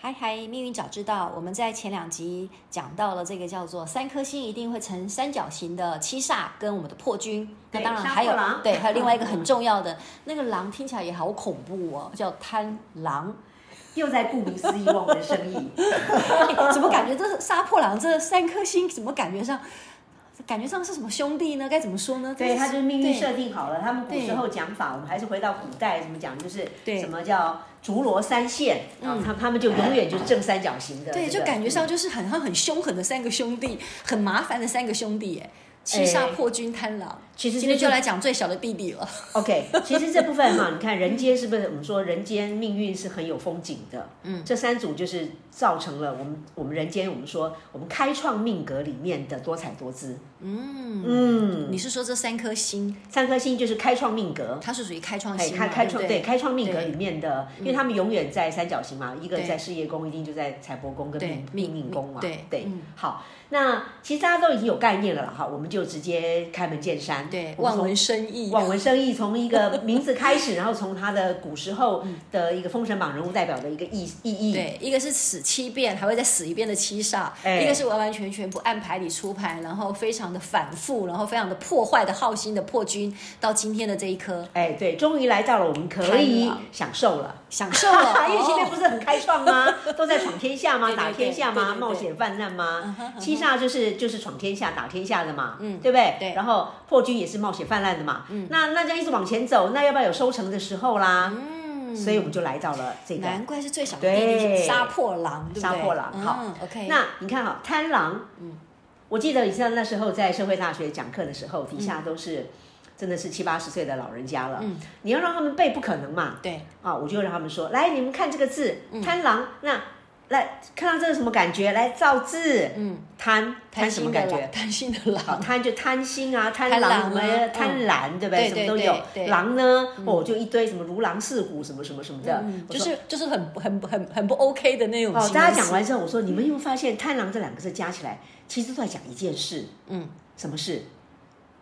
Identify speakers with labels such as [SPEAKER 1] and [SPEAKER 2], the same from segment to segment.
[SPEAKER 1] 嗨嗨，命运早知道，我们在前两集讲到了这个叫做三颗星一定会成三角形的七煞跟我们的破军，那
[SPEAKER 2] 对
[SPEAKER 1] 当然
[SPEAKER 2] 杀
[SPEAKER 1] 还有
[SPEAKER 2] 破狼嗯
[SPEAKER 1] 对，还有另外一个很重要的那个狼听起来也好恐怖哦，叫贪狼。
[SPEAKER 3] 又在顾名思义忘文生 义。
[SPEAKER 1] 哎 怎么感觉这杀破狼这三颗星怎么感觉上，感觉上是什么兄弟呢？该怎么说呢？
[SPEAKER 3] 对，
[SPEAKER 1] 这
[SPEAKER 3] 它就是命运
[SPEAKER 1] 对
[SPEAKER 3] 设定好了。他们古
[SPEAKER 1] 对
[SPEAKER 3] 时候讲法，我们还是回到古代怎么讲，就是
[SPEAKER 1] 对
[SPEAKER 3] 什么叫竹罗三线啊
[SPEAKER 1] 嗯，
[SPEAKER 3] 他他们就永远就是正三角形的。
[SPEAKER 1] 对，
[SPEAKER 3] 这
[SPEAKER 1] 就
[SPEAKER 3] 个
[SPEAKER 1] 感觉上就是很很很凶狠的三个兄弟，很麻烦的三个兄弟耶。七煞破军贪狼，
[SPEAKER 3] 其实
[SPEAKER 1] 今天
[SPEAKER 3] 这
[SPEAKER 1] 就是来讲最小的弟弟了。
[SPEAKER 3] OK，其实这部分哈，你 看人间是不是我们说人间命运是很有风景的？嗯，这三组就是造成了我们我们人间我们说我们开创命格里面的多彩多姿。嗯
[SPEAKER 1] 你是说这三颗星，
[SPEAKER 3] 三颗星就是开创命格，
[SPEAKER 1] 它是属于开创
[SPEAKER 3] 嗯哎，
[SPEAKER 1] 星嘛，
[SPEAKER 3] 开开
[SPEAKER 1] 对不
[SPEAKER 3] 创
[SPEAKER 1] 对
[SPEAKER 3] 对开创命格
[SPEAKER 1] 对嗯
[SPEAKER 3] 里面的，因为他们永远在三角形嘛，一个
[SPEAKER 1] 对
[SPEAKER 3] 在事业宫，一定就在财帛宫跟
[SPEAKER 1] 对
[SPEAKER 3] 命
[SPEAKER 1] 命
[SPEAKER 3] 命命宫嘛，
[SPEAKER 1] 对
[SPEAKER 3] 对
[SPEAKER 1] 嗯。
[SPEAKER 3] 好，那其实大家都已经有概念了啦，哈，我们就直接开门见山，
[SPEAKER 1] 对
[SPEAKER 3] 我们
[SPEAKER 1] 望
[SPEAKER 3] 从
[SPEAKER 1] 文生义，啊
[SPEAKER 3] 望文生义，从一个名字开始，然后从他的古时候的一个《封神榜》人物代表的一个意意义，
[SPEAKER 1] 对，一个是死七遍，还会再死一遍的七煞；
[SPEAKER 3] 哎
[SPEAKER 1] 一个是完完全全不按牌理出牌，然后非常的反复，然后非常的破坏的好心的破军，到今天的这一颗
[SPEAKER 3] 哎，对，终于来到了我们可
[SPEAKER 1] 贪
[SPEAKER 3] 以
[SPEAKER 1] 狼
[SPEAKER 3] 享受了。
[SPEAKER 1] 享受了，
[SPEAKER 3] 因为前面
[SPEAKER 1] 哦
[SPEAKER 3] 不是很开创吗？都在闯天下吗
[SPEAKER 1] 对？对
[SPEAKER 3] 打天下
[SPEAKER 1] 对对嗯
[SPEAKER 3] 吗？
[SPEAKER 1] 对
[SPEAKER 3] 冒险泛滥吗？七煞就是就是闯天下、打天下的嘛，嗯，对不
[SPEAKER 1] 对
[SPEAKER 3] 对？然后破军也是冒险泛滥的嘛，嗯，那那这样一直往前走，那要不要有收成的时候啦？嗯，所以我们就来到了这个。
[SPEAKER 1] 难怪是最小的弟弟
[SPEAKER 3] 对
[SPEAKER 1] 是杀破狼，对不对？
[SPEAKER 3] 杀破狼好
[SPEAKER 1] 嗯，OK，
[SPEAKER 3] 那你看哈，贪狼，哎嗯，我记得以前那时候在社会大学讲课的时候，底下都是。真的是七八十岁的老人家了，嗯，你要让他们背不可能嘛，
[SPEAKER 1] 对，
[SPEAKER 3] 啊，我就让他们说，来，你们看这个字，贪狼，那来看到这是什么感觉？来造字，嗯，贪贪什么感
[SPEAKER 1] 的
[SPEAKER 3] 觉
[SPEAKER 1] 狼？贪心的
[SPEAKER 3] 好，
[SPEAKER 1] 狼，
[SPEAKER 3] 贪就贪心啊，贪
[SPEAKER 1] 贪
[SPEAKER 3] 狼
[SPEAKER 1] 狼
[SPEAKER 3] 什
[SPEAKER 1] 啊
[SPEAKER 3] 么
[SPEAKER 1] 嗯
[SPEAKER 3] 贪婪，对不
[SPEAKER 1] 对
[SPEAKER 3] 对？什么都
[SPEAKER 1] 对
[SPEAKER 3] 有
[SPEAKER 1] 对。
[SPEAKER 3] 狼呢，哦，就一堆什么如狼似虎，什么什么什么的。我
[SPEAKER 1] 就
[SPEAKER 3] 说
[SPEAKER 1] 是就是很很很很不 OK 的那种
[SPEAKER 3] 哦，
[SPEAKER 1] 形容词。
[SPEAKER 3] 大家讲完之后，我说你们有没有发现贪狼这两个字加起来，其实都在讲一件事，嗯，什么事？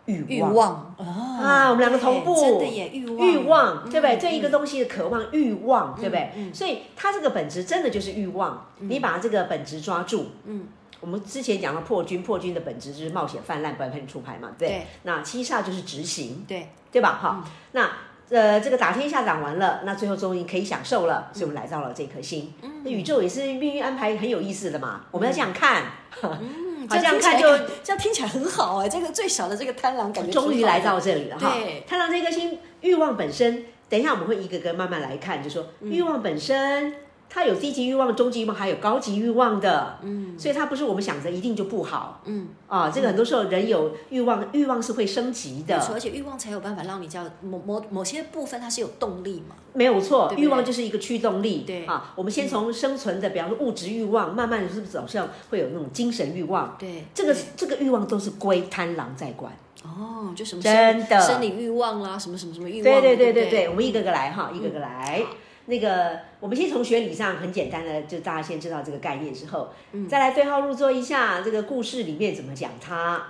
[SPEAKER 1] 欲望啊
[SPEAKER 3] 啊，我们两个同步，
[SPEAKER 1] 真的也欲望，嗯
[SPEAKER 3] 欲望，对不对？对一个东西的渴望，欲望，对不对？所以它这个本质真的就是欲望，
[SPEAKER 1] 嗯
[SPEAKER 3] 你把这个本质抓住，嗯。我们之前讲到破军，破军的本质就是冒险泛滥，不然陪你出牌嘛，对不对
[SPEAKER 1] 对
[SPEAKER 3] 那七煞就是执行，
[SPEAKER 1] 对
[SPEAKER 3] 对吧？
[SPEAKER 1] 嗯
[SPEAKER 3] 哈、那呃，这个打天下打完了，那最后终于可以享受了，所以我们来到了这颗星。那宇宙也是命运安排很有意思的嘛，我们要这样看，
[SPEAKER 1] 嗯嗯
[SPEAKER 3] 好
[SPEAKER 1] 这样听起
[SPEAKER 3] 这样
[SPEAKER 1] 来
[SPEAKER 3] 看就
[SPEAKER 1] 感这样听起来很好哎，这个最小的这个贪狼感觉
[SPEAKER 3] 终于
[SPEAKER 1] 挺好
[SPEAKER 3] 来
[SPEAKER 1] 的
[SPEAKER 3] 到这里了哈
[SPEAKER 1] 对。
[SPEAKER 3] 贪狼这颗星欲望本身，等一下我们会一个个慢慢来看，就说
[SPEAKER 1] 嗯
[SPEAKER 3] 欲望本身。它有低级欲望、中级欲望，还有高级欲望的，嗯，所以它不是我们想着一定就不好，嗯，啊，这个很多时候人有欲望，欲望是会升级的
[SPEAKER 1] 没，错，而且欲望才有办法让你叫某某某些部分它是有动力嘛。
[SPEAKER 3] 没有错
[SPEAKER 1] 对，不对
[SPEAKER 3] 欲望就是一个驱动力。
[SPEAKER 1] 对
[SPEAKER 3] 啊，我们先从生存的，比方说物质欲望，慢慢是不是走向会有那种精神欲望？
[SPEAKER 1] 对，
[SPEAKER 3] 这个这个欲望都是归贪狼在管。
[SPEAKER 1] 哦，就什么
[SPEAKER 3] 真
[SPEAKER 1] 生
[SPEAKER 3] 的
[SPEAKER 1] 生理欲望啦，什么什么什么欲望，
[SPEAKER 3] 对对
[SPEAKER 1] 对嗯
[SPEAKER 3] 对
[SPEAKER 1] 不
[SPEAKER 3] 对对，我们一个个来哈，一个个来。那个，我们先从学理上很简单的，就大家先知道这个概念之后，
[SPEAKER 1] 嗯
[SPEAKER 3] 再来对号入座一下这个故事里面怎么讲它。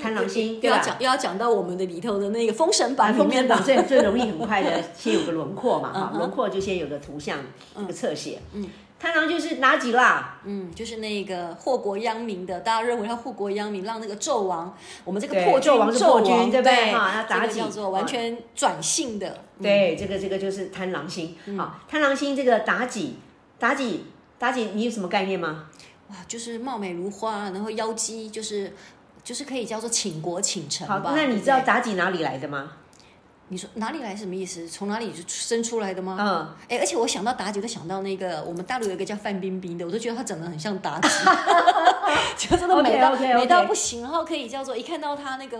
[SPEAKER 3] 贪狼星
[SPEAKER 1] 又嗯
[SPEAKER 3] 对
[SPEAKER 1] 要
[SPEAKER 3] 吧？啊
[SPEAKER 1] 讲又要讲到我们的里头的那个《封神榜》里
[SPEAKER 3] 封
[SPEAKER 1] 面嗯
[SPEAKER 3] 神
[SPEAKER 1] 的
[SPEAKER 3] 榜最最容易很快的，先有个轮廓嘛， 哈，轮廓就先有个图像，一个侧写。嗯，贪狼就是哪几啦？
[SPEAKER 1] 嗯，就是那个祸国殃民的，大家认为他祸国殃民，让那个纣王，我们这个
[SPEAKER 3] 对
[SPEAKER 1] 破军
[SPEAKER 3] 纣王是破军
[SPEAKER 1] 对
[SPEAKER 3] 对不对哈他
[SPEAKER 1] 这
[SPEAKER 3] 妲
[SPEAKER 1] 个
[SPEAKER 3] 己嗯
[SPEAKER 1] 叫做完全转性的，
[SPEAKER 3] 对，这个这个就是贪狼星。
[SPEAKER 1] 嗯
[SPEAKER 3] 好，贪狼星这个妲己，妲己，妲己，你有什么概念吗？
[SPEAKER 1] 哇，就是貌美如花，然后妖姬就是就是可以叫做倾国倾城
[SPEAKER 3] 好
[SPEAKER 1] 吧。，
[SPEAKER 3] 那
[SPEAKER 1] 对
[SPEAKER 3] 你
[SPEAKER 1] 不
[SPEAKER 3] 知道
[SPEAKER 1] 对
[SPEAKER 3] 妲己哪里来的吗？
[SPEAKER 1] 你说哪里来什么意思？从哪里就生出来的吗？
[SPEAKER 3] 嗯，
[SPEAKER 1] 哎，而且我想到妲己，就想到那个我们大陆有一个叫范冰冰的，我都觉得她长得很像妲己，就真的美到
[SPEAKER 3] OK，OK，OK
[SPEAKER 1] 美到不行，然后可以叫做一看到她那个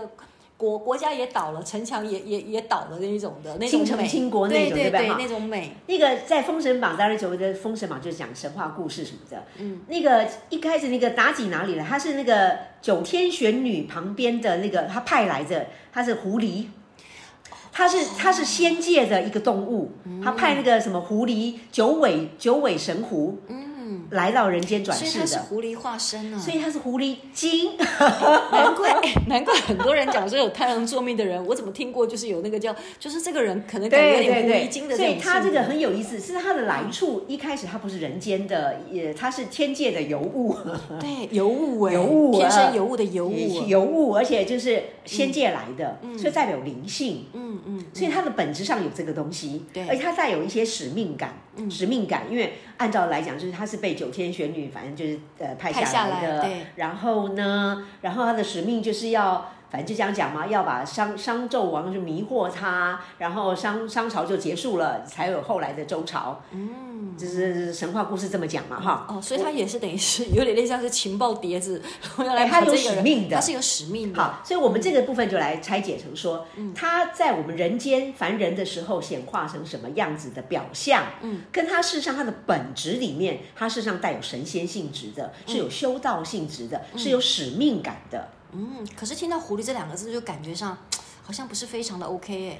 [SPEAKER 1] 国国家也倒了，城墙也也也倒了那一种的那种
[SPEAKER 3] 倾城
[SPEAKER 1] 美
[SPEAKER 3] 倾国那种
[SPEAKER 1] 对
[SPEAKER 3] 对不对哈
[SPEAKER 1] 那种美，
[SPEAKER 3] 那个在《封神榜》当然所谓的《封神榜》就是讲神话故事什么的。嗯，那个一开始那个妲己哪里来？她是那个九天玄女旁边的那个她派来的，她是狐狸。她是她是仙界的一个动物，
[SPEAKER 1] 嗯
[SPEAKER 3] 她派那个什么狐狸九尾九尾神狐，嗯，来到人间转
[SPEAKER 1] 所以
[SPEAKER 3] 世
[SPEAKER 1] 它是
[SPEAKER 3] 的，
[SPEAKER 1] 狐狸化身啊。
[SPEAKER 3] 所以她是狐狸 精。
[SPEAKER 1] 难怪，难怪很多人讲说有太阳座命的人，我怎么听过就是有那个叫，就是这个人可能感觉有
[SPEAKER 3] 对
[SPEAKER 1] 点狐狸
[SPEAKER 3] 对
[SPEAKER 1] 精的
[SPEAKER 3] 对，所以
[SPEAKER 1] 他
[SPEAKER 3] 它这个很有意思，是它的来处。一开始它不是人间的，也它是天界的尤 物。
[SPEAKER 1] 对尤物哎，
[SPEAKER 3] 尤啊物啊
[SPEAKER 1] 天生尤物的尤物啊，
[SPEAKER 3] 尤物，而且就是仙界来的，所以代表灵性，
[SPEAKER 1] 嗯嗯，
[SPEAKER 3] 所以它的本质上有这个东西，
[SPEAKER 1] 对嗯
[SPEAKER 3] 而且它带有一些使命感，使命感，因为按照来讲，就是它是被九天玄女，反正就是呃派
[SPEAKER 1] 派下
[SPEAKER 3] 下来
[SPEAKER 1] 来
[SPEAKER 3] 的，
[SPEAKER 1] 对
[SPEAKER 3] 然后呢，然后它的使命就是要。反正就这样讲嘛，要把商商纣王就迷惑他，然后商商朝就结束了，才有后来的周朝。嗯，就是神话故事这么讲嘛，哈。
[SPEAKER 1] 哦，所以他也是等于是有点类似像是情报碟子， 然后要来
[SPEAKER 3] 哎他
[SPEAKER 1] 把这
[SPEAKER 3] 有
[SPEAKER 1] 个人
[SPEAKER 3] 使命的
[SPEAKER 1] 他是有使命的，
[SPEAKER 3] 好，所以我们这个部分就来拆解成说，
[SPEAKER 1] 嗯
[SPEAKER 3] 他在我们人间凡人的时候显化成什么样子的表象，嗯，跟他事实上他的本质里面，他事实上带有神仙性质的，是有修道性质的，是有使命感的。
[SPEAKER 1] 嗯，可是听到狐狸这两个字就感觉上好像不是非常的 OK 哎，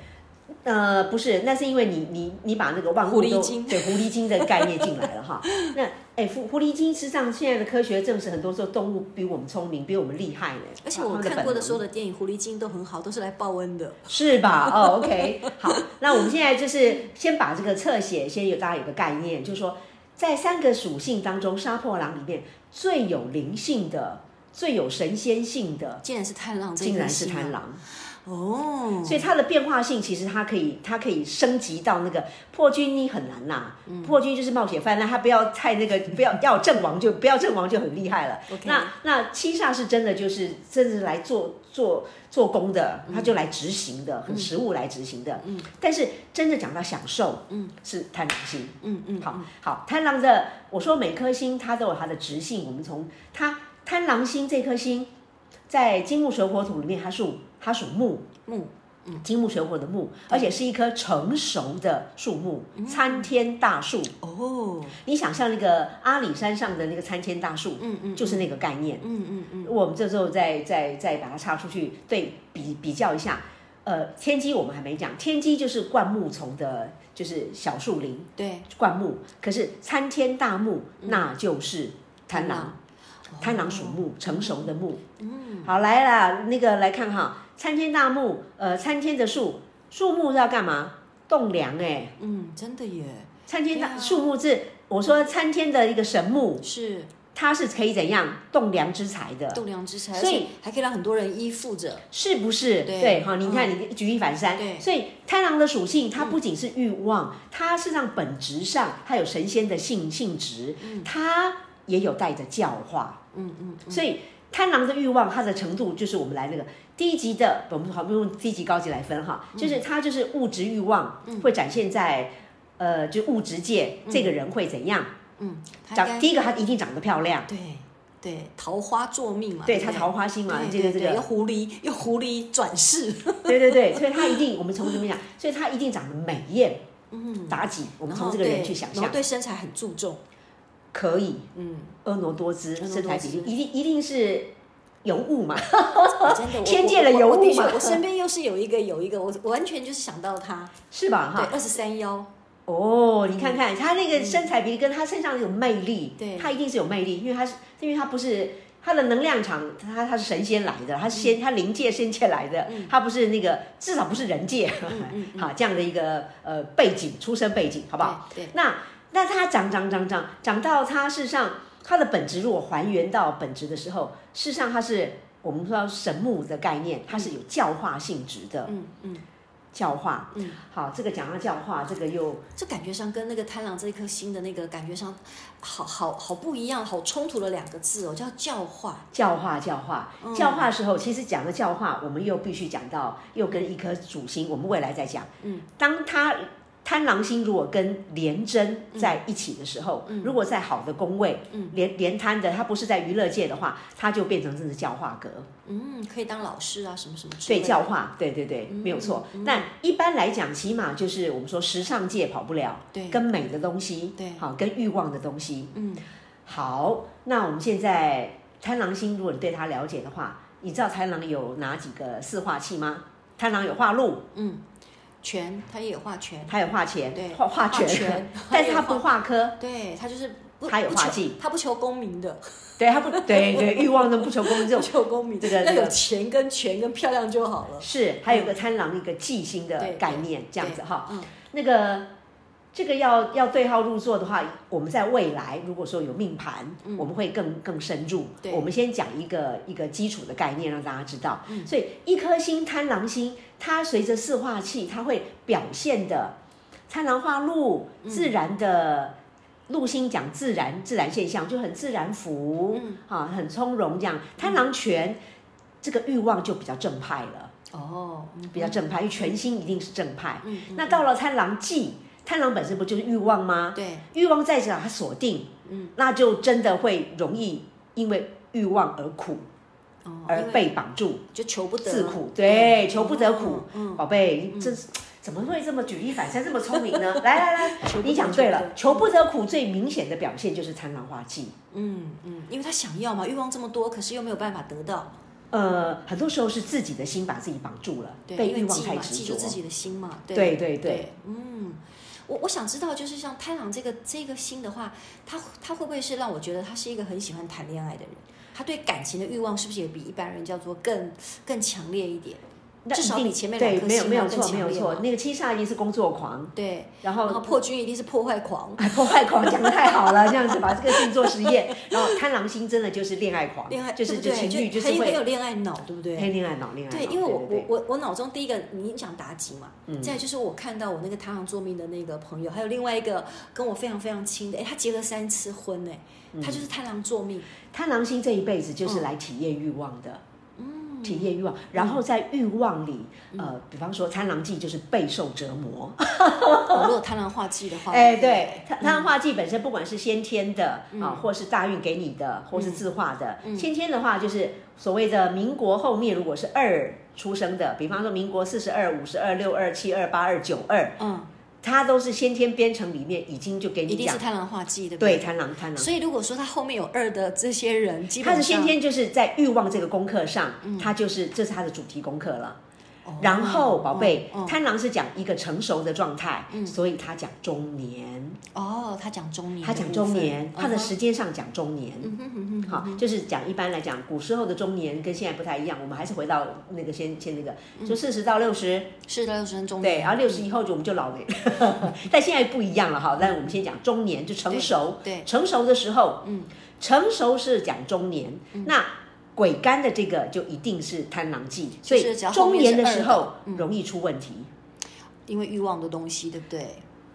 [SPEAKER 3] 呃，不是，那是因为你你你把那个万物
[SPEAKER 1] 狐狸
[SPEAKER 3] 都
[SPEAKER 1] 精
[SPEAKER 3] 对狐狸精的概念进来 了哈。那哎，狐狐狸精实际上现在的科学证实，很多时候动物比我们聪明，比我们厉害呢。
[SPEAKER 1] 而且
[SPEAKER 3] 它
[SPEAKER 1] 我
[SPEAKER 3] 们的
[SPEAKER 1] 看
[SPEAKER 3] 本
[SPEAKER 1] 过的
[SPEAKER 3] 能
[SPEAKER 1] 所有的电影，狐狸精都很好，都是来报恩的。
[SPEAKER 3] 是吧？哦，OK，好，那我们现在就是先把这个侧写先有大家有个概念，就是说在三个属性当中，杀破狼里面最有灵性的、最有神仙性的，
[SPEAKER 1] 竟然是贪狼这一
[SPEAKER 3] 竟
[SPEAKER 1] 颗星啊，
[SPEAKER 3] 然是贪狼。
[SPEAKER 1] 哦，
[SPEAKER 3] 所以它的变化性其实它可以，它可以升级到那个破军，你很难啦。
[SPEAKER 1] 嗯
[SPEAKER 3] 破军就是冒险犯，那他不要太那个， 不要要阵亡就不要阵亡就很厉害了。
[SPEAKER 1] OK
[SPEAKER 3] 那那七煞是真的就是真的是来做做做工的，
[SPEAKER 1] 嗯
[SPEAKER 3] 他就来执行的，很实务来执行的。嗯，但是真的讲到享受，嗯，是贪狼星。
[SPEAKER 1] 嗯嗯，
[SPEAKER 3] 好好，贪狼的，我说每颗星它都有它的直性，我们从它贪狼星这颗星，在金木水火土里面，它属它属木，
[SPEAKER 1] 木，嗯
[SPEAKER 3] 金木水火的木，而且是一棵成熟的树木，
[SPEAKER 1] 嗯
[SPEAKER 3] 参天大树。
[SPEAKER 1] 哦，
[SPEAKER 3] 你想象那个阿里山上的那个参天大树，嗯嗯，就是那个概念。
[SPEAKER 1] 嗯嗯嗯，
[SPEAKER 3] 我们这时候再再再把它插出去，对比比较一下。呃，天机我们还没讲，天机就是灌木丛的，就是小树林，
[SPEAKER 1] 对，
[SPEAKER 3] 灌木，可是参天大木、那就是嗯贪狼，贪狼属木，成熟的木。嗯，好来啦，那个来看哈，参天大木，呃，参天的树，树木是要干嘛？栋梁哎、
[SPEAKER 1] 嗯，真的耶，
[SPEAKER 3] 参天
[SPEAKER 1] 对
[SPEAKER 3] 大
[SPEAKER 1] 啊
[SPEAKER 3] 树木是我说参天的一个神木，
[SPEAKER 1] 是
[SPEAKER 3] 它是可以怎样栋梁之才的。
[SPEAKER 1] 栋梁之才，
[SPEAKER 3] 所以
[SPEAKER 1] 而且还可以让很多人依附着，
[SPEAKER 3] 是不是？
[SPEAKER 1] 对
[SPEAKER 3] 好，你
[SPEAKER 1] 嗯
[SPEAKER 3] 看你举一反三，
[SPEAKER 1] 对
[SPEAKER 3] 所以贪狼的属性，它不仅是欲望，它事实上本质上它有神仙的性性质，它也有带着教化，
[SPEAKER 1] 嗯嗯，
[SPEAKER 3] 所以贪狼的欲望，它的程度就是我们来那个低级的，我们好不用低级高级来分哈，
[SPEAKER 1] 嗯
[SPEAKER 3] 就是它就是物质欲望会展现在。呃，就物质界，这个人会怎样？
[SPEAKER 1] 嗯他嗯应
[SPEAKER 3] 长
[SPEAKER 1] 该
[SPEAKER 3] 第一个，他一定长得漂亮，
[SPEAKER 1] 对对桃花作命嘛，
[SPEAKER 3] 对
[SPEAKER 1] 不
[SPEAKER 3] 他桃花心嘛，
[SPEAKER 1] 对
[SPEAKER 3] 这
[SPEAKER 1] 对
[SPEAKER 3] 个这
[SPEAKER 1] 对，
[SPEAKER 3] 个
[SPEAKER 1] 又狐狸又狐狸转世，
[SPEAKER 3] 对对对，所以他一定，我们从什么讲？所以他一定长得美艳，嗯，妲己， 我们
[SPEAKER 1] 然
[SPEAKER 3] 从
[SPEAKER 1] 后
[SPEAKER 3] 这个人
[SPEAKER 1] 对
[SPEAKER 3] 去想
[SPEAKER 1] 然
[SPEAKER 3] 象
[SPEAKER 1] 后，哦对身材很注 重，
[SPEAKER 3] 可以，
[SPEAKER 1] 嗯，
[SPEAKER 3] 婀娜多姿，
[SPEAKER 1] 婀娜
[SPEAKER 3] 身材
[SPEAKER 1] 多
[SPEAKER 3] 比
[SPEAKER 1] 姿
[SPEAKER 3] 例一定一定是尤物嘛，
[SPEAKER 1] 真的，我
[SPEAKER 3] 天界的
[SPEAKER 1] 我
[SPEAKER 3] 尤
[SPEAKER 1] 我我
[SPEAKER 3] 物
[SPEAKER 1] 的确
[SPEAKER 3] 嘛
[SPEAKER 1] 我身边又是有一个有一个，我我完全就是想到他，
[SPEAKER 3] 是吧？
[SPEAKER 1] 对，
[SPEAKER 3] 哈，
[SPEAKER 1] 二十三幺，
[SPEAKER 3] 哦，你看看他那个身材比例跟他身上那种魅力，
[SPEAKER 1] 对
[SPEAKER 3] 他一定是有魅力，因为他是，因为他不是。他的能量场，他他是神仙来的，他是
[SPEAKER 1] 嗯
[SPEAKER 3] 仙，他灵界仙界来的，他不是那个，至少不是人界，
[SPEAKER 1] 嗯
[SPEAKER 3] 好这样的一个呃背景，出身背景，好不好？
[SPEAKER 1] 对，对
[SPEAKER 3] 那那它长长长长长到它事实上它的本质，如果还原到本质的时候，事实上它是我们说神木的概念，它是有教化性质的。
[SPEAKER 1] 嗯嗯，
[SPEAKER 3] 教化，
[SPEAKER 1] 嗯，
[SPEAKER 3] 好，这个讲到教化，这个又
[SPEAKER 1] 这感觉上跟那个贪狼这一颗星的那个感觉上，好好好不一样，好冲突的两个字哦，叫教化。
[SPEAKER 3] 教化教化、教化的时候，其实讲了教化，我们又必须讲到又跟一颗主星，我们未来再讲。嗯，当它贪狼星如果跟廉贞在一起的时候，如果在好的宫位，廉廉贪的，它不是在娱乐界的话，它就变成真的教化格，
[SPEAKER 1] 嗯，可以当老师啊，什么什么之类
[SPEAKER 3] 对
[SPEAKER 1] 的
[SPEAKER 3] 教化，对对
[SPEAKER 1] 嗯
[SPEAKER 3] 对，没有错。但一般来讲，起码就是我们说时尚界跑不了，
[SPEAKER 1] 对
[SPEAKER 3] 跟美的东西，
[SPEAKER 1] 对
[SPEAKER 3] 好，跟欲望的东西，
[SPEAKER 1] 嗯，
[SPEAKER 3] 好。那我们现在贪狼星，如果你对它了解的话，你知道贪狼有哪几个四化气吗？贪狼有化禄，
[SPEAKER 1] 权，他也有画权，
[SPEAKER 3] 它有化钱，
[SPEAKER 1] 对
[SPEAKER 3] 化化
[SPEAKER 1] 化
[SPEAKER 3] 权
[SPEAKER 1] 权，
[SPEAKER 3] 但是它不化科，
[SPEAKER 1] 对他就是不，
[SPEAKER 3] 他有
[SPEAKER 1] 不
[SPEAKER 3] 画
[SPEAKER 1] 求
[SPEAKER 3] 技，
[SPEAKER 1] 他不求功名的，
[SPEAKER 3] 对，它不，对对，欲望的不求功这
[SPEAKER 1] 不
[SPEAKER 3] 种
[SPEAKER 1] 求功名，
[SPEAKER 3] 这个
[SPEAKER 1] 要
[SPEAKER 3] 这个
[SPEAKER 1] 有钱跟权跟漂亮就好了。
[SPEAKER 3] 是，还有一个贪狼一个忌星的
[SPEAKER 1] 嗯对
[SPEAKER 3] 概念，这样子哈。
[SPEAKER 1] 嗯
[SPEAKER 3] 那个这个要要对号入座的话，我们在未来如果说有命盘，我们会更更深入。
[SPEAKER 1] 对
[SPEAKER 3] 我们先讲一个一个基础的概念，让大家知道。所以一颗星贪狼星，它随着四化气，它会表现的贪狼化禄，自然的。禄星讲自然，自然现象就很自然福，啊，很从容这样。贪狼权，这个欲望就比较正派了。
[SPEAKER 1] 哦，嗯
[SPEAKER 3] 比较正派，因为全心一定是正派。那到了贪狼忌，贪狼本身不就是欲望吗？
[SPEAKER 1] 对，
[SPEAKER 3] 欲望再把它锁定，
[SPEAKER 1] 嗯
[SPEAKER 3] 那就真的会容易因为欲望而苦，
[SPEAKER 1] 哦，
[SPEAKER 3] 而
[SPEAKER 1] 因为
[SPEAKER 3] 被绑住，
[SPEAKER 1] 就求不得
[SPEAKER 3] 自苦，
[SPEAKER 1] 对
[SPEAKER 3] 对，求不得苦。
[SPEAKER 1] 嗯，
[SPEAKER 3] 宝贝，这是怎么会这么举一反三，这么聪明呢？ 来来来，
[SPEAKER 1] 求不得
[SPEAKER 3] 你讲对了，求不得苦最明显的表现就是贪狼化忌。
[SPEAKER 1] 嗯嗯，因为他想要嘛，欲望这么多，可是又没有办法得到，
[SPEAKER 3] 呃，很多时候是自己的心把自己绑住了，
[SPEAKER 1] 对，
[SPEAKER 3] 被
[SPEAKER 1] 因为
[SPEAKER 3] 欲望
[SPEAKER 1] 记
[SPEAKER 3] 太
[SPEAKER 1] 嘛，
[SPEAKER 3] 执
[SPEAKER 1] 记
[SPEAKER 3] 着
[SPEAKER 1] 住。自己的心嘛，对
[SPEAKER 3] 对对对
[SPEAKER 1] 对，嗯，我我想知道，就是像贪狼这个这个心的话，他他会不会是让我觉得他是一个很喜欢谈恋爱的人？他对感情的欲望是不是也比一般人叫做更更强烈一点？
[SPEAKER 3] 那
[SPEAKER 1] 至少
[SPEAKER 3] 一定
[SPEAKER 1] 比前面
[SPEAKER 3] 对
[SPEAKER 1] 两颗
[SPEAKER 3] 没有
[SPEAKER 1] 星
[SPEAKER 3] 没有
[SPEAKER 1] 要更
[SPEAKER 3] 错没有
[SPEAKER 1] 强烈哦
[SPEAKER 3] 错
[SPEAKER 1] 嘛，
[SPEAKER 3] 那个七煞一定是工作狂，
[SPEAKER 1] 对，然
[SPEAKER 3] 然
[SPEAKER 1] 后
[SPEAKER 3] 后哎
[SPEAKER 1] 破军一定是破坏狂、
[SPEAKER 3] 破坏狂讲的太好了，这样子把这个事情做实验。然后贪狼星真的就是恋爱狂，
[SPEAKER 1] 恋爱，
[SPEAKER 3] 就是
[SPEAKER 1] 对
[SPEAKER 3] 就
[SPEAKER 1] 不对
[SPEAKER 3] 情侣就是
[SPEAKER 1] 很很有
[SPEAKER 3] 会
[SPEAKER 1] 恋爱脑，对不对？
[SPEAKER 3] 黑恋爱脑恋爱脑。
[SPEAKER 1] 对，因为我
[SPEAKER 3] 对嗯
[SPEAKER 1] 我我我脑中第一个你讲妲己嘛，再来就是我看到我那个他行做命的那个朋友，还有另外一个跟我非常非常亲的，哎，他结了三次婚哎，
[SPEAKER 3] 嗯
[SPEAKER 1] 他就是太郎做 命，
[SPEAKER 3] 贪狼星这一辈子
[SPEAKER 1] 嗯
[SPEAKER 3] 就是来体验欲望的。体验欲望，然后在欲望里，
[SPEAKER 1] 嗯
[SPEAKER 3] 呃，比方说贪狼记就是备受折磨，
[SPEAKER 1] 哦如果贪狼化忌的话，
[SPEAKER 3] 哎，对，它它的画技本身不管是先天的啊，或是大运给你的，或是自画的。先天的话，就是所谓的民国后面，如果是二出生的，比方说民国四十二、五十二、六二、七二、八二、九二，
[SPEAKER 1] 嗯，
[SPEAKER 3] 它都是先天编程里面已经就给
[SPEAKER 1] 一
[SPEAKER 3] 你
[SPEAKER 1] 定
[SPEAKER 3] 讲
[SPEAKER 1] 是，贪狼化忌，对不
[SPEAKER 3] 对，
[SPEAKER 1] 对？
[SPEAKER 3] 贪狼贪狼。
[SPEAKER 1] 所以如果说他后面有二的这些人，基本
[SPEAKER 3] 他
[SPEAKER 1] 上
[SPEAKER 3] 嗯是先天就是在欲望这个功课上，他就是这是他的主题功课了。
[SPEAKER 1] 哦
[SPEAKER 3] 然后，宝贝
[SPEAKER 1] 哦，
[SPEAKER 3] 贪狼是讲一个成熟的状态，所以他讲中年。
[SPEAKER 1] 哦，他讲中年
[SPEAKER 3] 他
[SPEAKER 1] 的部分，
[SPEAKER 3] 讲中年，他的
[SPEAKER 1] 嗯哼嗯
[SPEAKER 3] 时间上讲中年，好，就是讲一般来讲，古时候的中年跟现在不太一样，我们还是回到那个先先那个，
[SPEAKER 1] 嗯
[SPEAKER 3] 就四十到六十，
[SPEAKER 1] 是的，就是中
[SPEAKER 3] 对，
[SPEAKER 1] 年，
[SPEAKER 3] 然后六十以后就我们就老了， 但现在不一样了哈。但我们先讲中年，就成熟，
[SPEAKER 1] 嗯对对
[SPEAKER 3] 成熟的时候，嗯，成熟是讲中年，
[SPEAKER 1] 嗯
[SPEAKER 3] 那鬼干的这个就一定是贪狼忌，所
[SPEAKER 1] 就是
[SPEAKER 3] 以
[SPEAKER 1] 只要后
[SPEAKER 3] 中
[SPEAKER 1] 面
[SPEAKER 3] 年的
[SPEAKER 1] 是二嗯
[SPEAKER 3] 时
[SPEAKER 1] 的
[SPEAKER 3] 候容易出问题。
[SPEAKER 1] 因为欲望的东西，对不对？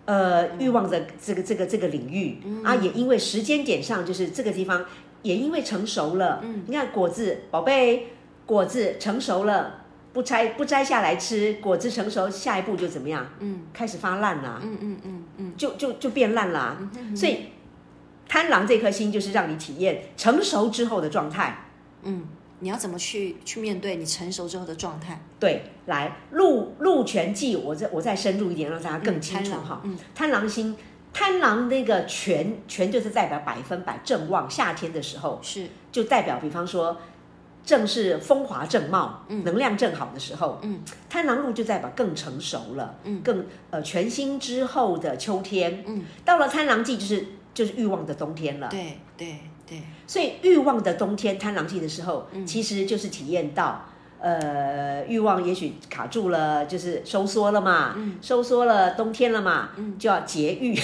[SPEAKER 3] 呃欲望的这个这个这个领域、
[SPEAKER 1] 嗯
[SPEAKER 3] 啊，也因为时间点上就是这个地方，也因为成熟了。嗯，你看果子宝贝，果子成熟了，不摘不摘下来吃，果子成熟，下一步就怎么样？嗯，开始发烂啦、
[SPEAKER 1] 嗯嗯嗯嗯，
[SPEAKER 3] 就就就变烂啦、所以贪狼这颗心就是让你体验成熟之后的状态。
[SPEAKER 1] 你要怎么去去面对你成熟之后的状态？
[SPEAKER 3] 对，来鹿鹿泉记，我再我再深入一点，让大家更清楚
[SPEAKER 1] 贪狼
[SPEAKER 3] 哈。嗯贪狼星，贪狼那个权权就是代表百分百正旺，夏天的时候
[SPEAKER 1] 是
[SPEAKER 3] 就代表，比方说正是风华正茂，能量正好的时候，嗯，贪狼鹿就代表更成熟了，嗯，更呃全新之后的秋天，嗯，到了贪狼季就是就是欲望的冬天了。
[SPEAKER 1] 对对对，
[SPEAKER 3] 所以欲望的冬天贪狼季的时候，
[SPEAKER 1] 嗯
[SPEAKER 3] 其实就是体验到。呃，欲望也许卡住了，就是收缩了嘛，
[SPEAKER 1] 嗯
[SPEAKER 3] 收缩了，冬天了嘛，就要节 欲，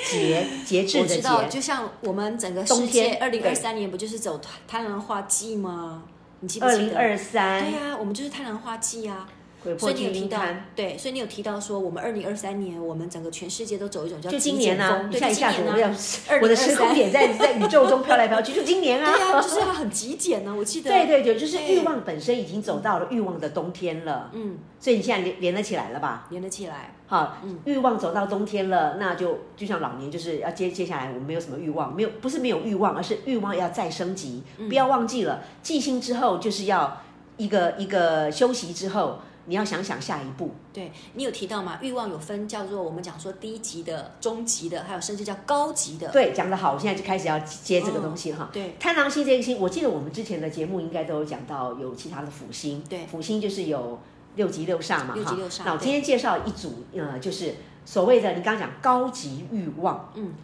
[SPEAKER 3] 节节制
[SPEAKER 1] 我
[SPEAKER 3] 的
[SPEAKER 1] 知道，
[SPEAKER 3] 节，
[SPEAKER 1] 就像我们整个
[SPEAKER 3] 冬
[SPEAKER 1] 世界，
[SPEAKER 3] 天
[SPEAKER 1] 二零
[SPEAKER 3] 对
[SPEAKER 1] 二三年不就是走贪婪化季吗？你记不
[SPEAKER 3] 二
[SPEAKER 1] 记
[SPEAKER 3] 零
[SPEAKER 1] 得？哎
[SPEAKER 3] 二三
[SPEAKER 1] 对，呀、我们就是贪婪化季啊。
[SPEAKER 3] 鬼
[SPEAKER 1] 所
[SPEAKER 3] 破
[SPEAKER 1] 以你有
[SPEAKER 3] 巨
[SPEAKER 1] 提
[SPEAKER 3] 婴
[SPEAKER 1] 到
[SPEAKER 3] 刊，，
[SPEAKER 1] 对，所以你有提到说，我们二零二三年，我们整个全世界都走一种叫
[SPEAKER 3] 就今
[SPEAKER 1] 极
[SPEAKER 3] 年
[SPEAKER 1] 简
[SPEAKER 3] 啊
[SPEAKER 1] 风，
[SPEAKER 3] 一
[SPEAKER 1] 对，
[SPEAKER 3] 下一
[SPEAKER 1] 今
[SPEAKER 3] 下子
[SPEAKER 1] 年
[SPEAKER 3] 我
[SPEAKER 1] 啊
[SPEAKER 3] 要， 我的时空点在在宇宙中飘来 飘去，就今年
[SPEAKER 1] 对啊，就是它很极简呢、我记得，
[SPEAKER 3] 对对对，就是
[SPEAKER 1] 对
[SPEAKER 3] 欲望本身已经走到了欲望的冬天了，
[SPEAKER 1] 嗯，
[SPEAKER 3] 所以你现在连连得起来了吧？
[SPEAKER 1] 连得起来，
[SPEAKER 3] 好，欲望走到冬天了，那就就像老年，就是要接接下来我们没有什么欲望，没有不是没有欲望，而是欲望要再升级，不要忘记了，记性之后就是要一个一个休息之后，你要想想下一步，
[SPEAKER 1] 对你有提到嘛？欲望有分叫做我们讲说低级的、中级的，还有甚至叫高级的。嗯
[SPEAKER 3] 对，讲得好，我现在就开始要接这个东西哈。
[SPEAKER 1] 对
[SPEAKER 3] 贪狼星这个星，我记得我们之前的节目应该都有讲到有其他的辅星，
[SPEAKER 1] 对
[SPEAKER 3] 辅星就是有六级六煞嘛，
[SPEAKER 1] 六
[SPEAKER 3] 哈。
[SPEAKER 1] 级六煞
[SPEAKER 3] 那我
[SPEAKER 1] 对
[SPEAKER 3] 今天介绍一组，呃，就是所谓的你刚刚讲高级欲望，
[SPEAKER 1] 嗯，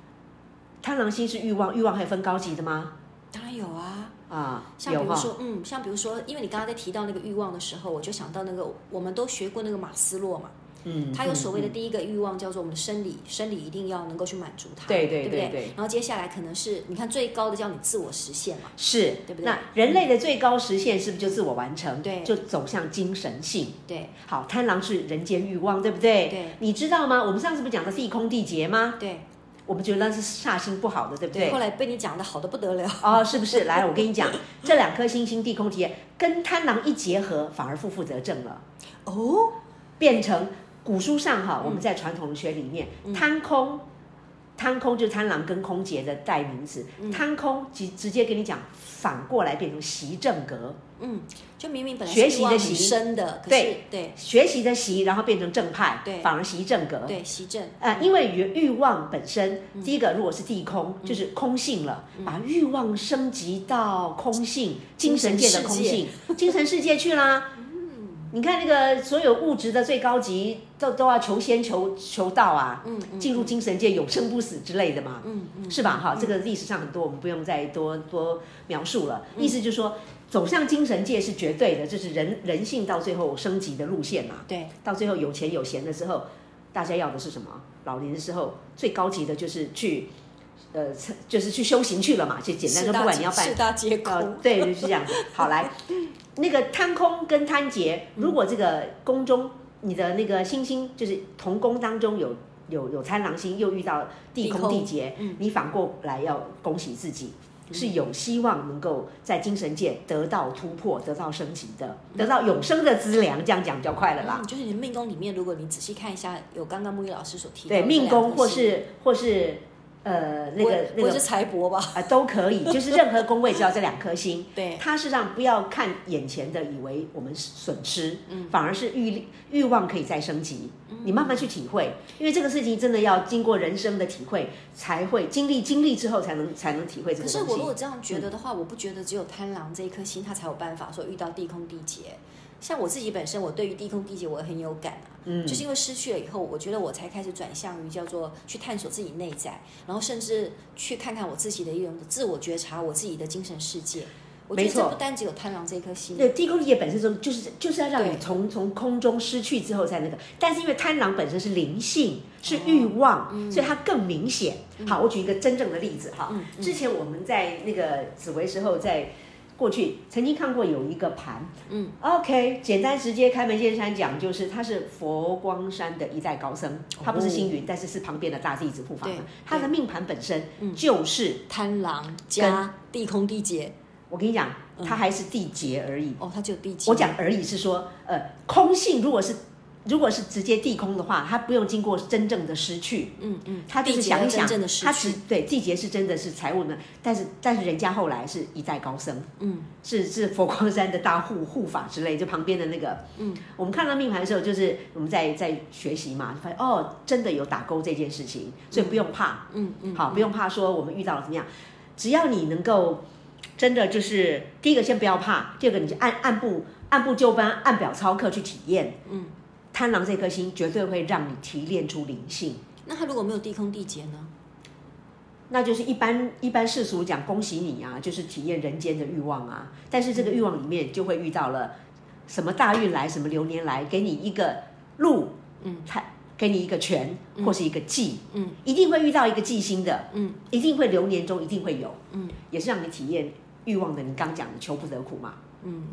[SPEAKER 3] 贪狼星是欲望，欲望还有分高级的吗？
[SPEAKER 1] 当然有啊。
[SPEAKER 3] 啊，
[SPEAKER 1] 像比
[SPEAKER 3] 有
[SPEAKER 1] 如
[SPEAKER 3] 哈、
[SPEAKER 1] 说，嗯，像比如说，因为你刚刚在提到那个欲望的时候，我就想到那个我们都学过那个马斯洛嘛，
[SPEAKER 3] 嗯
[SPEAKER 1] 他有所谓的
[SPEAKER 3] 嗯
[SPEAKER 1] 第一个欲望叫做我们的生理，生理一定要能够去满足它，
[SPEAKER 3] 对
[SPEAKER 1] 对
[SPEAKER 3] 对
[SPEAKER 1] 不
[SPEAKER 3] 对对
[SPEAKER 1] 然后接下来可能是你看最高的叫你自我实现嘛，
[SPEAKER 3] 是，
[SPEAKER 1] 对不对
[SPEAKER 3] 那人类的最高实现是不是就自我完成？
[SPEAKER 1] 对
[SPEAKER 3] 就走向精神性。
[SPEAKER 1] 对
[SPEAKER 3] 好，贪狼是人间欲望，对不对？
[SPEAKER 1] 对
[SPEAKER 3] 你知道吗？我们上次不是讲的地空地劫吗？
[SPEAKER 1] 对
[SPEAKER 3] 我们觉得那是煞星不好的，啊对不对
[SPEAKER 1] 后？来被你讲的好的不得了，
[SPEAKER 3] 哦，是不是？来，我跟你讲，这两颗星星地空劫跟贪狼一结合，反而负负得正了，
[SPEAKER 1] 哦，
[SPEAKER 3] 变成古书上哈，我们在传统学里面，贪空，贪空就是贪狼跟空劫的代名词，贪空直直接跟你讲，反过来变成习正格，
[SPEAKER 1] 嗯，就明明本来
[SPEAKER 3] 学
[SPEAKER 1] 是
[SPEAKER 3] 习
[SPEAKER 1] 欲望
[SPEAKER 3] 的
[SPEAKER 1] 很
[SPEAKER 3] 习
[SPEAKER 1] 深的，可是
[SPEAKER 3] 对
[SPEAKER 1] 对
[SPEAKER 3] 学习的习，然后变成正派，
[SPEAKER 1] 对
[SPEAKER 3] 反而习正格，
[SPEAKER 1] 对，习正，
[SPEAKER 3] 呃，因为欲欲望本身，第一个如果是地空，就是空性了，把欲望升级到空性，嗯精神界 嗯的空性，精神世界去啦。你看那个所有物质的最高级，都都要求仙求求道啊，进入精神界永生不死之类的嘛，是吧？哈，这个历史上很多，我们不用再多多描述了。意思就是说，走向精神界是绝对的，这是人人性到最后升级的路线嘛。
[SPEAKER 1] 对，
[SPEAKER 3] 到最后有钱有闲的时候，大家要的是什么？老年的时候最高级的就是去，呃，就是去修行去了嘛。就简单
[SPEAKER 1] 四
[SPEAKER 3] 的，
[SPEAKER 1] 大
[SPEAKER 3] 不管
[SPEAKER 1] 皆
[SPEAKER 3] 你要办
[SPEAKER 1] 四，大皆空、
[SPEAKER 3] 呃，对，就是这样子。好， 来，那个贪空跟贪劫，如果这个宫中你的那个星星就是同宫当中有。有有贪狼星，又遇到地
[SPEAKER 1] 地
[SPEAKER 3] 空嗯
[SPEAKER 1] 空
[SPEAKER 3] 地劫，你反过来要恭喜自己，是有希望能够在精神界得到突破、得到升级的，得到永生的资粮。这样讲比较快了啦。
[SPEAKER 1] 嗯，就是你的命宫里面，如果你仔细看一下，有刚刚木易老师所提到
[SPEAKER 3] 对
[SPEAKER 1] 的
[SPEAKER 3] 命宫
[SPEAKER 1] 两颗
[SPEAKER 3] 或
[SPEAKER 1] 星
[SPEAKER 3] 是或是呃那
[SPEAKER 1] 或
[SPEAKER 3] 个那
[SPEAKER 1] 或
[SPEAKER 3] 个
[SPEAKER 1] 是财帛吧，，
[SPEAKER 3] 啊、都可以，就是任何宫位只要这两颗星
[SPEAKER 1] 对
[SPEAKER 3] 它事实上不要看眼前的，以为我们损失，
[SPEAKER 1] 嗯
[SPEAKER 3] 反而是欲力欲望可以再升级，你慢慢去体会，因为这个事情真的要经过人生的体会，才会经历经历之后才能才能体会这
[SPEAKER 1] 可
[SPEAKER 3] 个
[SPEAKER 1] 是
[SPEAKER 3] 东
[SPEAKER 1] 我如
[SPEAKER 3] 西嗯
[SPEAKER 1] 果。这样觉得的话，我不觉得只有贪狼这一颗星，它才有办法说遇到地空地劫。像我自己本身，我对于地空地劫我很有感啊，
[SPEAKER 3] 嗯
[SPEAKER 1] 就是因为失去了以后，我觉得我才开始转向于叫做去探索自己内在，然后甚至去看看我自己的一种自我觉察，我自己的精神世界。我觉得
[SPEAKER 3] 没错
[SPEAKER 1] 这不单只有贪狼这一颗星，
[SPEAKER 3] 对，地空地劫本身就是就是就是要让
[SPEAKER 1] 对
[SPEAKER 3] 你从从空中失去之后才那个，但是因为贪狼本身是灵性，是欲望，
[SPEAKER 1] 嗯
[SPEAKER 3] 所以它更明显。好，我举一个真正的例子哈，
[SPEAKER 1] 嗯
[SPEAKER 3] 之前我们在那个紫薇时候在。过去曾经看过有一个盘，嗯，OK，简单直接开门见山讲，就是他是佛光山的一代高僧，他不是星云，但是是旁边的大弟子护法
[SPEAKER 1] 哦对嗯
[SPEAKER 3] 嘛。他的命盘本身就是，
[SPEAKER 1] 贪狼加地空地劫，
[SPEAKER 3] 我跟你讲，
[SPEAKER 1] 嗯
[SPEAKER 3] 他还是地劫而已，
[SPEAKER 1] 哦，它只有地劫。
[SPEAKER 3] 我讲而已是说，呃，空性如果是如果是直接地空的话，它不用经过真正的失去，嗯嗯，他就是想一
[SPEAKER 1] 地劫
[SPEAKER 3] 想，
[SPEAKER 1] 要真正的失去
[SPEAKER 3] 他只对地劫是真的是财务呢，但是但是人家后来是一代高僧，嗯，是是佛光山的大护护法之类，就旁边的那个，嗯，我们看到命盘的时候，就是我们在在学习嘛，发现哦，真的有打勾这件事情，所以不用怕，嗯嗯，好，不用怕说我们遇到了怎么样，只要你能够。真的就是第一个先不要怕，第二个你就按按部按部就班，按表操课去体验。嗯，贪狼这颗星绝对会让你提炼出灵性，
[SPEAKER 1] 那它如果没有地空地劫呢？
[SPEAKER 3] 那就是一般一般世俗讲恭喜你啊，就是体验人间的欲望啊。但是这个欲望里面就会遇到了什么大运来，什么流年来，给你一个路，嗯，它给你一个权或是一个忌，嗯，一定会遇到一个忌星的，嗯，一定会流年中一定会有，嗯，也是让你体验欲望的。你刚讲的求不得苦嘛，嗯，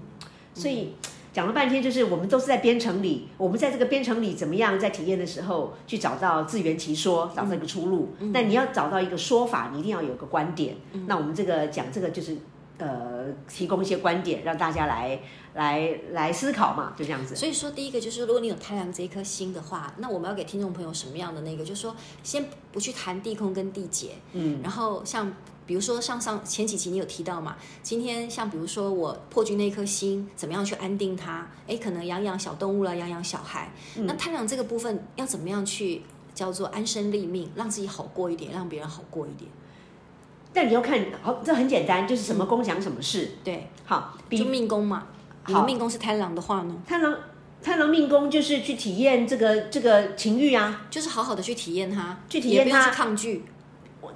[SPEAKER 3] 所以讲了半天，就是我们都是在编程里，我们在这个编程里怎么样在体验的时候去找到自圆其说，找到一个出路。但你要找到一个说法，你一定要有个观点。那我们这个讲这个就是呃，提供一些观点让大家来来来思考嘛，就这样子。
[SPEAKER 1] 所以说，第一个就是，如果你有太阳这一颗星的话，那我们要给听众朋友什么样的那个？就是说，先不去谈地空跟地劫，嗯，然后像比如说上上前几集你有提到嘛，今天像比如说我破军那一颗星，怎么样去安定它？哎，可能养养小动物啦，养养小孩。
[SPEAKER 3] 嗯
[SPEAKER 1] 那太阳这个部分要怎么样去叫做安身立命，让自己好过一点，让别人好过一点？
[SPEAKER 3] 但你要看好，这很简单，就是什么工讲什么事。
[SPEAKER 1] 对，
[SPEAKER 3] 好，
[SPEAKER 1] 嗯就
[SPEAKER 3] 比
[SPEAKER 1] 命宫嘛，你的
[SPEAKER 3] 好
[SPEAKER 1] 命宫是贪狼的话呢，
[SPEAKER 3] 贪狼贪狼命宫就是去体验这个这个情欲啊，
[SPEAKER 1] 就是好好的去体验它，
[SPEAKER 3] 去体
[SPEAKER 1] 也
[SPEAKER 3] 验
[SPEAKER 1] 不用去
[SPEAKER 3] 它
[SPEAKER 1] 抗拒。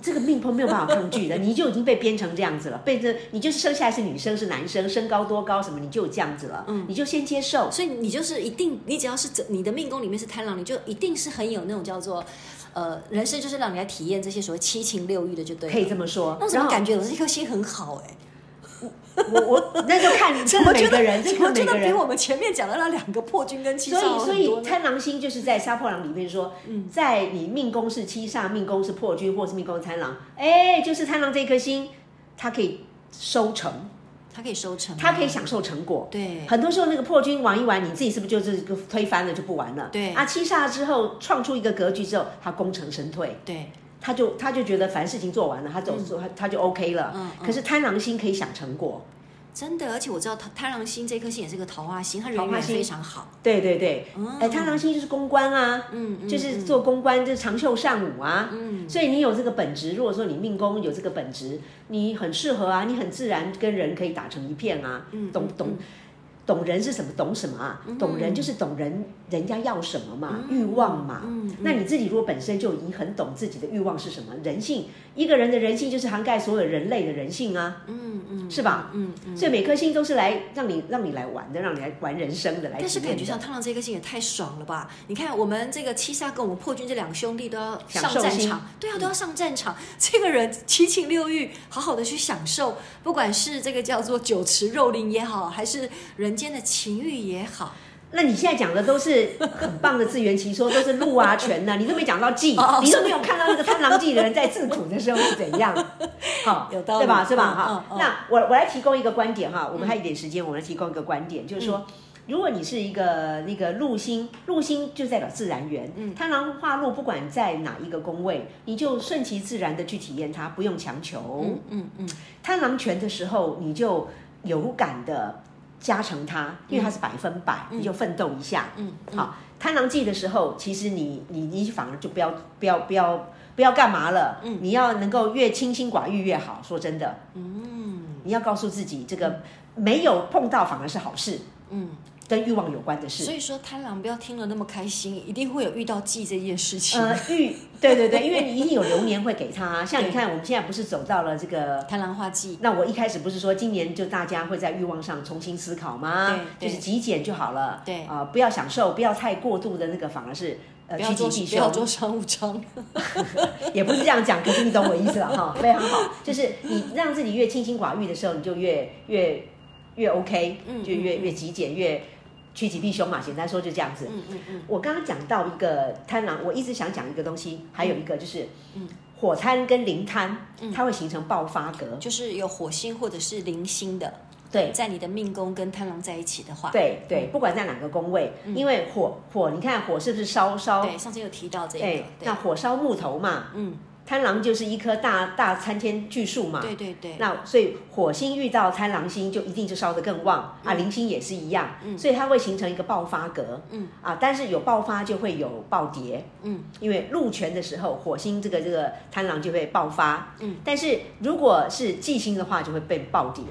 [SPEAKER 3] 这个命碰没有办法抗 拒的，你就已经被编成这样子了，被这你就是生下来是女生是男生，身高多高什么，你就有这样子了，你就先接受。
[SPEAKER 1] 所以你嗯就是一定，你只要是整你的命宫里面是贪狼，你就一定是很有那种叫做，呃，人生就是让你来体验这些所谓七情六欲的，就对了。
[SPEAKER 3] 可以这么说，
[SPEAKER 1] 那我怎么感觉我这颗心很好哎、
[SPEAKER 3] 然后我我那就看这
[SPEAKER 1] 我
[SPEAKER 3] 看每
[SPEAKER 1] 觉得
[SPEAKER 3] 个人，这
[SPEAKER 1] 我
[SPEAKER 3] 看
[SPEAKER 1] 觉
[SPEAKER 3] 每
[SPEAKER 1] 得
[SPEAKER 3] 个
[SPEAKER 1] 比
[SPEAKER 3] 人
[SPEAKER 1] 我。们前面讲的那两个破军跟七煞
[SPEAKER 3] 所以，
[SPEAKER 1] 好
[SPEAKER 3] 所
[SPEAKER 1] 很多嗯
[SPEAKER 3] 以
[SPEAKER 1] 呢
[SPEAKER 3] 贪狼星就是在杀破狼里面说，在你命宫是七煞，命宫是破军，或是命宫是贪狼，哎，就是贪狼这颗星，它可以收成，
[SPEAKER 1] 它可以收成，啊
[SPEAKER 3] 他可以享受成果。
[SPEAKER 1] 对
[SPEAKER 3] 很多时候那个破军玩一玩，你自己是不是就是个推翻了就不玩了？
[SPEAKER 1] 对
[SPEAKER 3] 啊，七煞之后创出一个格局之后，他功成身退，
[SPEAKER 1] 对
[SPEAKER 3] 他就他就觉得凡事情做完了，他走他、他就 OK 了。
[SPEAKER 1] 嗯
[SPEAKER 3] 可是贪狼星可以想成果，
[SPEAKER 1] 真的，而且我知道贪贪狼星这颗星也是个桃花星，它人
[SPEAKER 3] 桃花
[SPEAKER 1] 缘
[SPEAKER 3] 星
[SPEAKER 1] 非常好。
[SPEAKER 3] 对对对，
[SPEAKER 1] 嗯
[SPEAKER 3] 哎、贪狼星就是公关啊，
[SPEAKER 1] 嗯嗯
[SPEAKER 3] 就是做公关，就是长袖善舞啊，
[SPEAKER 1] 嗯
[SPEAKER 3] 所以你有这个本质，如果说你命宫有这个本质，你很适合啊，你很自然跟人可以打成一片啊，
[SPEAKER 1] 嗯
[SPEAKER 3] 懂懂懂人是什么，懂什么啊？懂人就是懂人，人家要什么嘛，
[SPEAKER 1] 嗯
[SPEAKER 3] 欲望嘛。那你自己如果本身就已经很懂自己的欲望是什么，人性，一个人的人性就是涵盖所有人类的人性啊，
[SPEAKER 1] 嗯嗯，
[SPEAKER 3] 是吧？
[SPEAKER 1] 嗯嗯。
[SPEAKER 3] 所以每颗星都是来让你让你来玩的，让你来玩人生的，来
[SPEAKER 1] 但是
[SPEAKER 3] 体验
[SPEAKER 1] 感觉
[SPEAKER 3] 的
[SPEAKER 1] 上贪狼这颗星也太爽了吧！你看我们这个七煞跟我们破军这两个兄弟都要上
[SPEAKER 3] 享受
[SPEAKER 1] 战
[SPEAKER 3] 心嗯
[SPEAKER 1] 场，对啊，都要上战场。这个人七情六欲，好好的去享受，不管是这个叫做酒池肉林也好，还是人间的情欲也好，
[SPEAKER 3] 那你现在讲的都是很棒的自圆其说，都是鹿啊、 拳呐、你都没讲到技
[SPEAKER 1] 哦，
[SPEAKER 3] 你都没有看到那个贪狼技的人在自苦的时候是怎 样，好，
[SPEAKER 1] 有道理
[SPEAKER 3] 对吧？是吧？
[SPEAKER 1] 嗯
[SPEAKER 3] 哈、
[SPEAKER 1] 嗯嗯嗯
[SPEAKER 3] 那我我来提供一个观点哈，我们还有一点时间，我来提供一个观点，就是说。如果你是一个那个禄星，禄星就代表自然缘。
[SPEAKER 1] 嗯
[SPEAKER 3] 贪狼化禄，不管在哪一个宫位，你就顺其自然的去体验它，不用强求。
[SPEAKER 1] 嗯嗯，
[SPEAKER 3] 贪狼拳的时候，你就有感的加成它，因为它是百分百，你就奋斗一下。嗯，好。贪狼记的时候，其实你你你反而就不要不要不要不要干嘛了。嗯，你要能够越清心寡欲越好。说真的，嗯，你要告诉自己，这个没有碰到反而是好事。嗯，跟欲望有关的事
[SPEAKER 1] 所。以说贪狼不要听了那么开心，一定会有遇到忌这件事情。
[SPEAKER 3] 呃，欲 对对对，因为你一定有流年会给他。像你看，我们现在不是走到了这个
[SPEAKER 1] 贪狼化忌，
[SPEAKER 3] 那我一开始不是说今年就大家会在欲望上重新思考吗？
[SPEAKER 1] 对对
[SPEAKER 3] 就是极简就好了。
[SPEAKER 1] 对
[SPEAKER 3] 啊、不要享受，不要太过度的那个，反而是呃
[SPEAKER 1] 不要
[SPEAKER 3] 趋
[SPEAKER 1] 做
[SPEAKER 3] 吉避
[SPEAKER 1] 不要做
[SPEAKER 3] 凶。
[SPEAKER 1] 商务舱。
[SPEAKER 3] 也不是这样讲，可是你懂我意思了哈， 非常好。就是你让自己越清心寡欲的时候，你就越越越 OK，就
[SPEAKER 1] 嗯
[SPEAKER 3] 越越极简，越趋吉避凶嘛。简单说就这样子。
[SPEAKER 1] 嗯嗯嗯，
[SPEAKER 3] 我刚刚讲到一个贪狼，我一直想讲一个东西，还有一个就是，
[SPEAKER 1] 嗯
[SPEAKER 3] 火贪跟灵贪，它会形成爆发格。
[SPEAKER 1] 就是有火星或者是零星的，
[SPEAKER 3] 对，
[SPEAKER 1] 在你的命宫跟贪狼在一起的话，
[SPEAKER 3] 对
[SPEAKER 1] 嗯
[SPEAKER 3] 对，不管在哪个宫位，因为火火，你看火是不是烧烧？
[SPEAKER 1] 对，上次有提到这
[SPEAKER 3] 哎
[SPEAKER 1] 个，对
[SPEAKER 3] 那火烧木头嘛，
[SPEAKER 1] 嗯，
[SPEAKER 3] 贪狼就是一棵大大参天巨树嘛。
[SPEAKER 1] 对对对，
[SPEAKER 3] 那所以火星遇到贪狼星，就一定就烧得更旺、
[SPEAKER 1] 嗯
[SPEAKER 3] 啊，零星也是一样，所以它会形成一个爆发格，嗯啊，但是有爆发就会有暴跌，
[SPEAKER 1] 嗯，
[SPEAKER 3] 因为入权的时候，火星这个这个贪狼就会爆发，嗯，但是如果是忌星的话，就会被暴跌，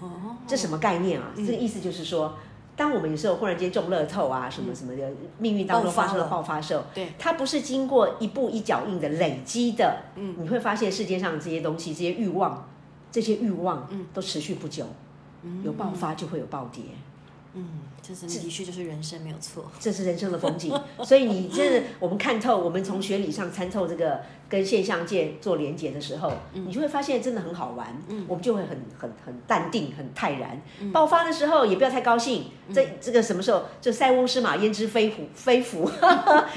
[SPEAKER 1] 哦，
[SPEAKER 3] 这什么概念啊？这个意思就是说，当我们有时候忽然间中乐透啊，什么什么的，命运当中发生了
[SPEAKER 1] 爆
[SPEAKER 3] 爆发时候，
[SPEAKER 1] 对，
[SPEAKER 3] 它不是经过一步一脚印的累积的，嗯，你会发现世界上这些东西，这些欲望，这些欲望，嗯，都持续不久，有爆发就会有暴跌，
[SPEAKER 1] 嗯，这真的的确就是人生没有错，
[SPEAKER 3] 这是人生的风景。所以你这我们看透，我们从学理上参透这个跟现象界做连接的时候，
[SPEAKER 1] 嗯
[SPEAKER 3] 你就会发现真的很好玩，我们就会很很很淡定、很泰然。
[SPEAKER 1] 嗯
[SPEAKER 3] 爆发的时候也不要太高兴，这这个什么时候就塞翁失马焉知非福 非福，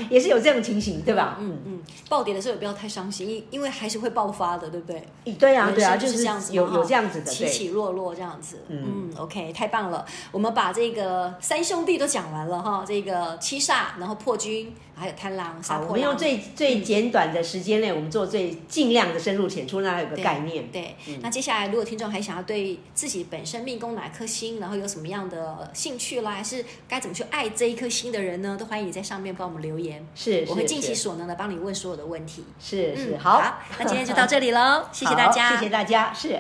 [SPEAKER 3] 也是有这种情形，对吧？嗯嗯，
[SPEAKER 1] 爆点的时候也不要太伤心，因因为还是会爆发的，对不对？
[SPEAKER 3] 对啊对啊，
[SPEAKER 1] 人生就是这样子嘛
[SPEAKER 3] 有
[SPEAKER 1] 哈
[SPEAKER 3] 有这样子的，
[SPEAKER 1] 起
[SPEAKER 3] 对
[SPEAKER 1] 起落落这样子。嗯 o k 太棒了。我们把这个三兄弟都讲完了哈，这个七煞，然后破军，还有贪狼、杀
[SPEAKER 3] 好，我
[SPEAKER 1] 破
[SPEAKER 3] 们用
[SPEAKER 1] 狼。
[SPEAKER 3] 最
[SPEAKER 1] 嗯
[SPEAKER 3] 最简短的时间内，我们做最尽量的深入浅出，让它有个
[SPEAKER 1] 对
[SPEAKER 3] 概念。嗯
[SPEAKER 1] 对，那接下来如果听众还想要对自己本身命宫哪颗星，然后有什么样的呃兴趣啦，还是该怎么去爱这一颗星的人呢，都欢迎你在上面帮我们留言，
[SPEAKER 3] 是，
[SPEAKER 1] 我
[SPEAKER 3] 是
[SPEAKER 1] 会尽其
[SPEAKER 3] 是
[SPEAKER 1] 所能的帮你问所有的问题。
[SPEAKER 3] 是是
[SPEAKER 1] 嗯，
[SPEAKER 3] 好，
[SPEAKER 1] 那今天就到这里喽，谢谢大
[SPEAKER 3] 好
[SPEAKER 1] 家，
[SPEAKER 3] 谢谢大家，是。